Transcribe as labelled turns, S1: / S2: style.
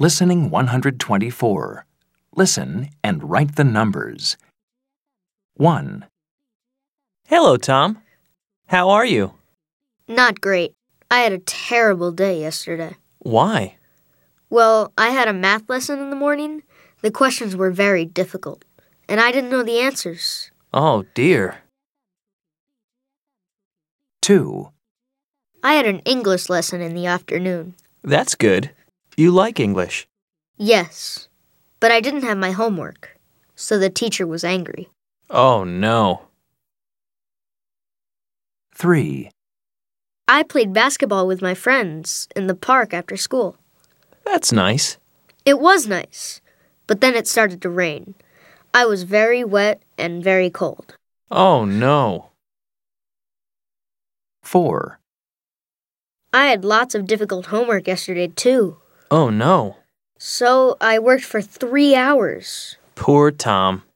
S1: Listening 124. Listen and write the numbers. 1,
S2: Hello, Tom. How are you?
S3: Not great. I had a terrible day yesterday.
S2: Why?
S3: Well, I had a math lesson in the morning. The questions were very difficult, and I didn't know the answers.
S2: Oh, dear.
S1: 2,
S3: I had an English lesson in the afternoon.
S2: That's good. You like English.
S3: Yes, but I didn't have my homework, so the teacher was angry.
S2: Oh, no.
S1: 3,
S3: I played basketball with my friends in the park after school.
S2: That's nice.
S3: It was nice, but then it started to rain. I was very wet and very cold.
S2: Oh, no.
S1: 4,
S3: I had lots of difficult homework yesterday, too.
S2: Oh, no.
S3: So I worked for three hours.
S2: Poor Tom.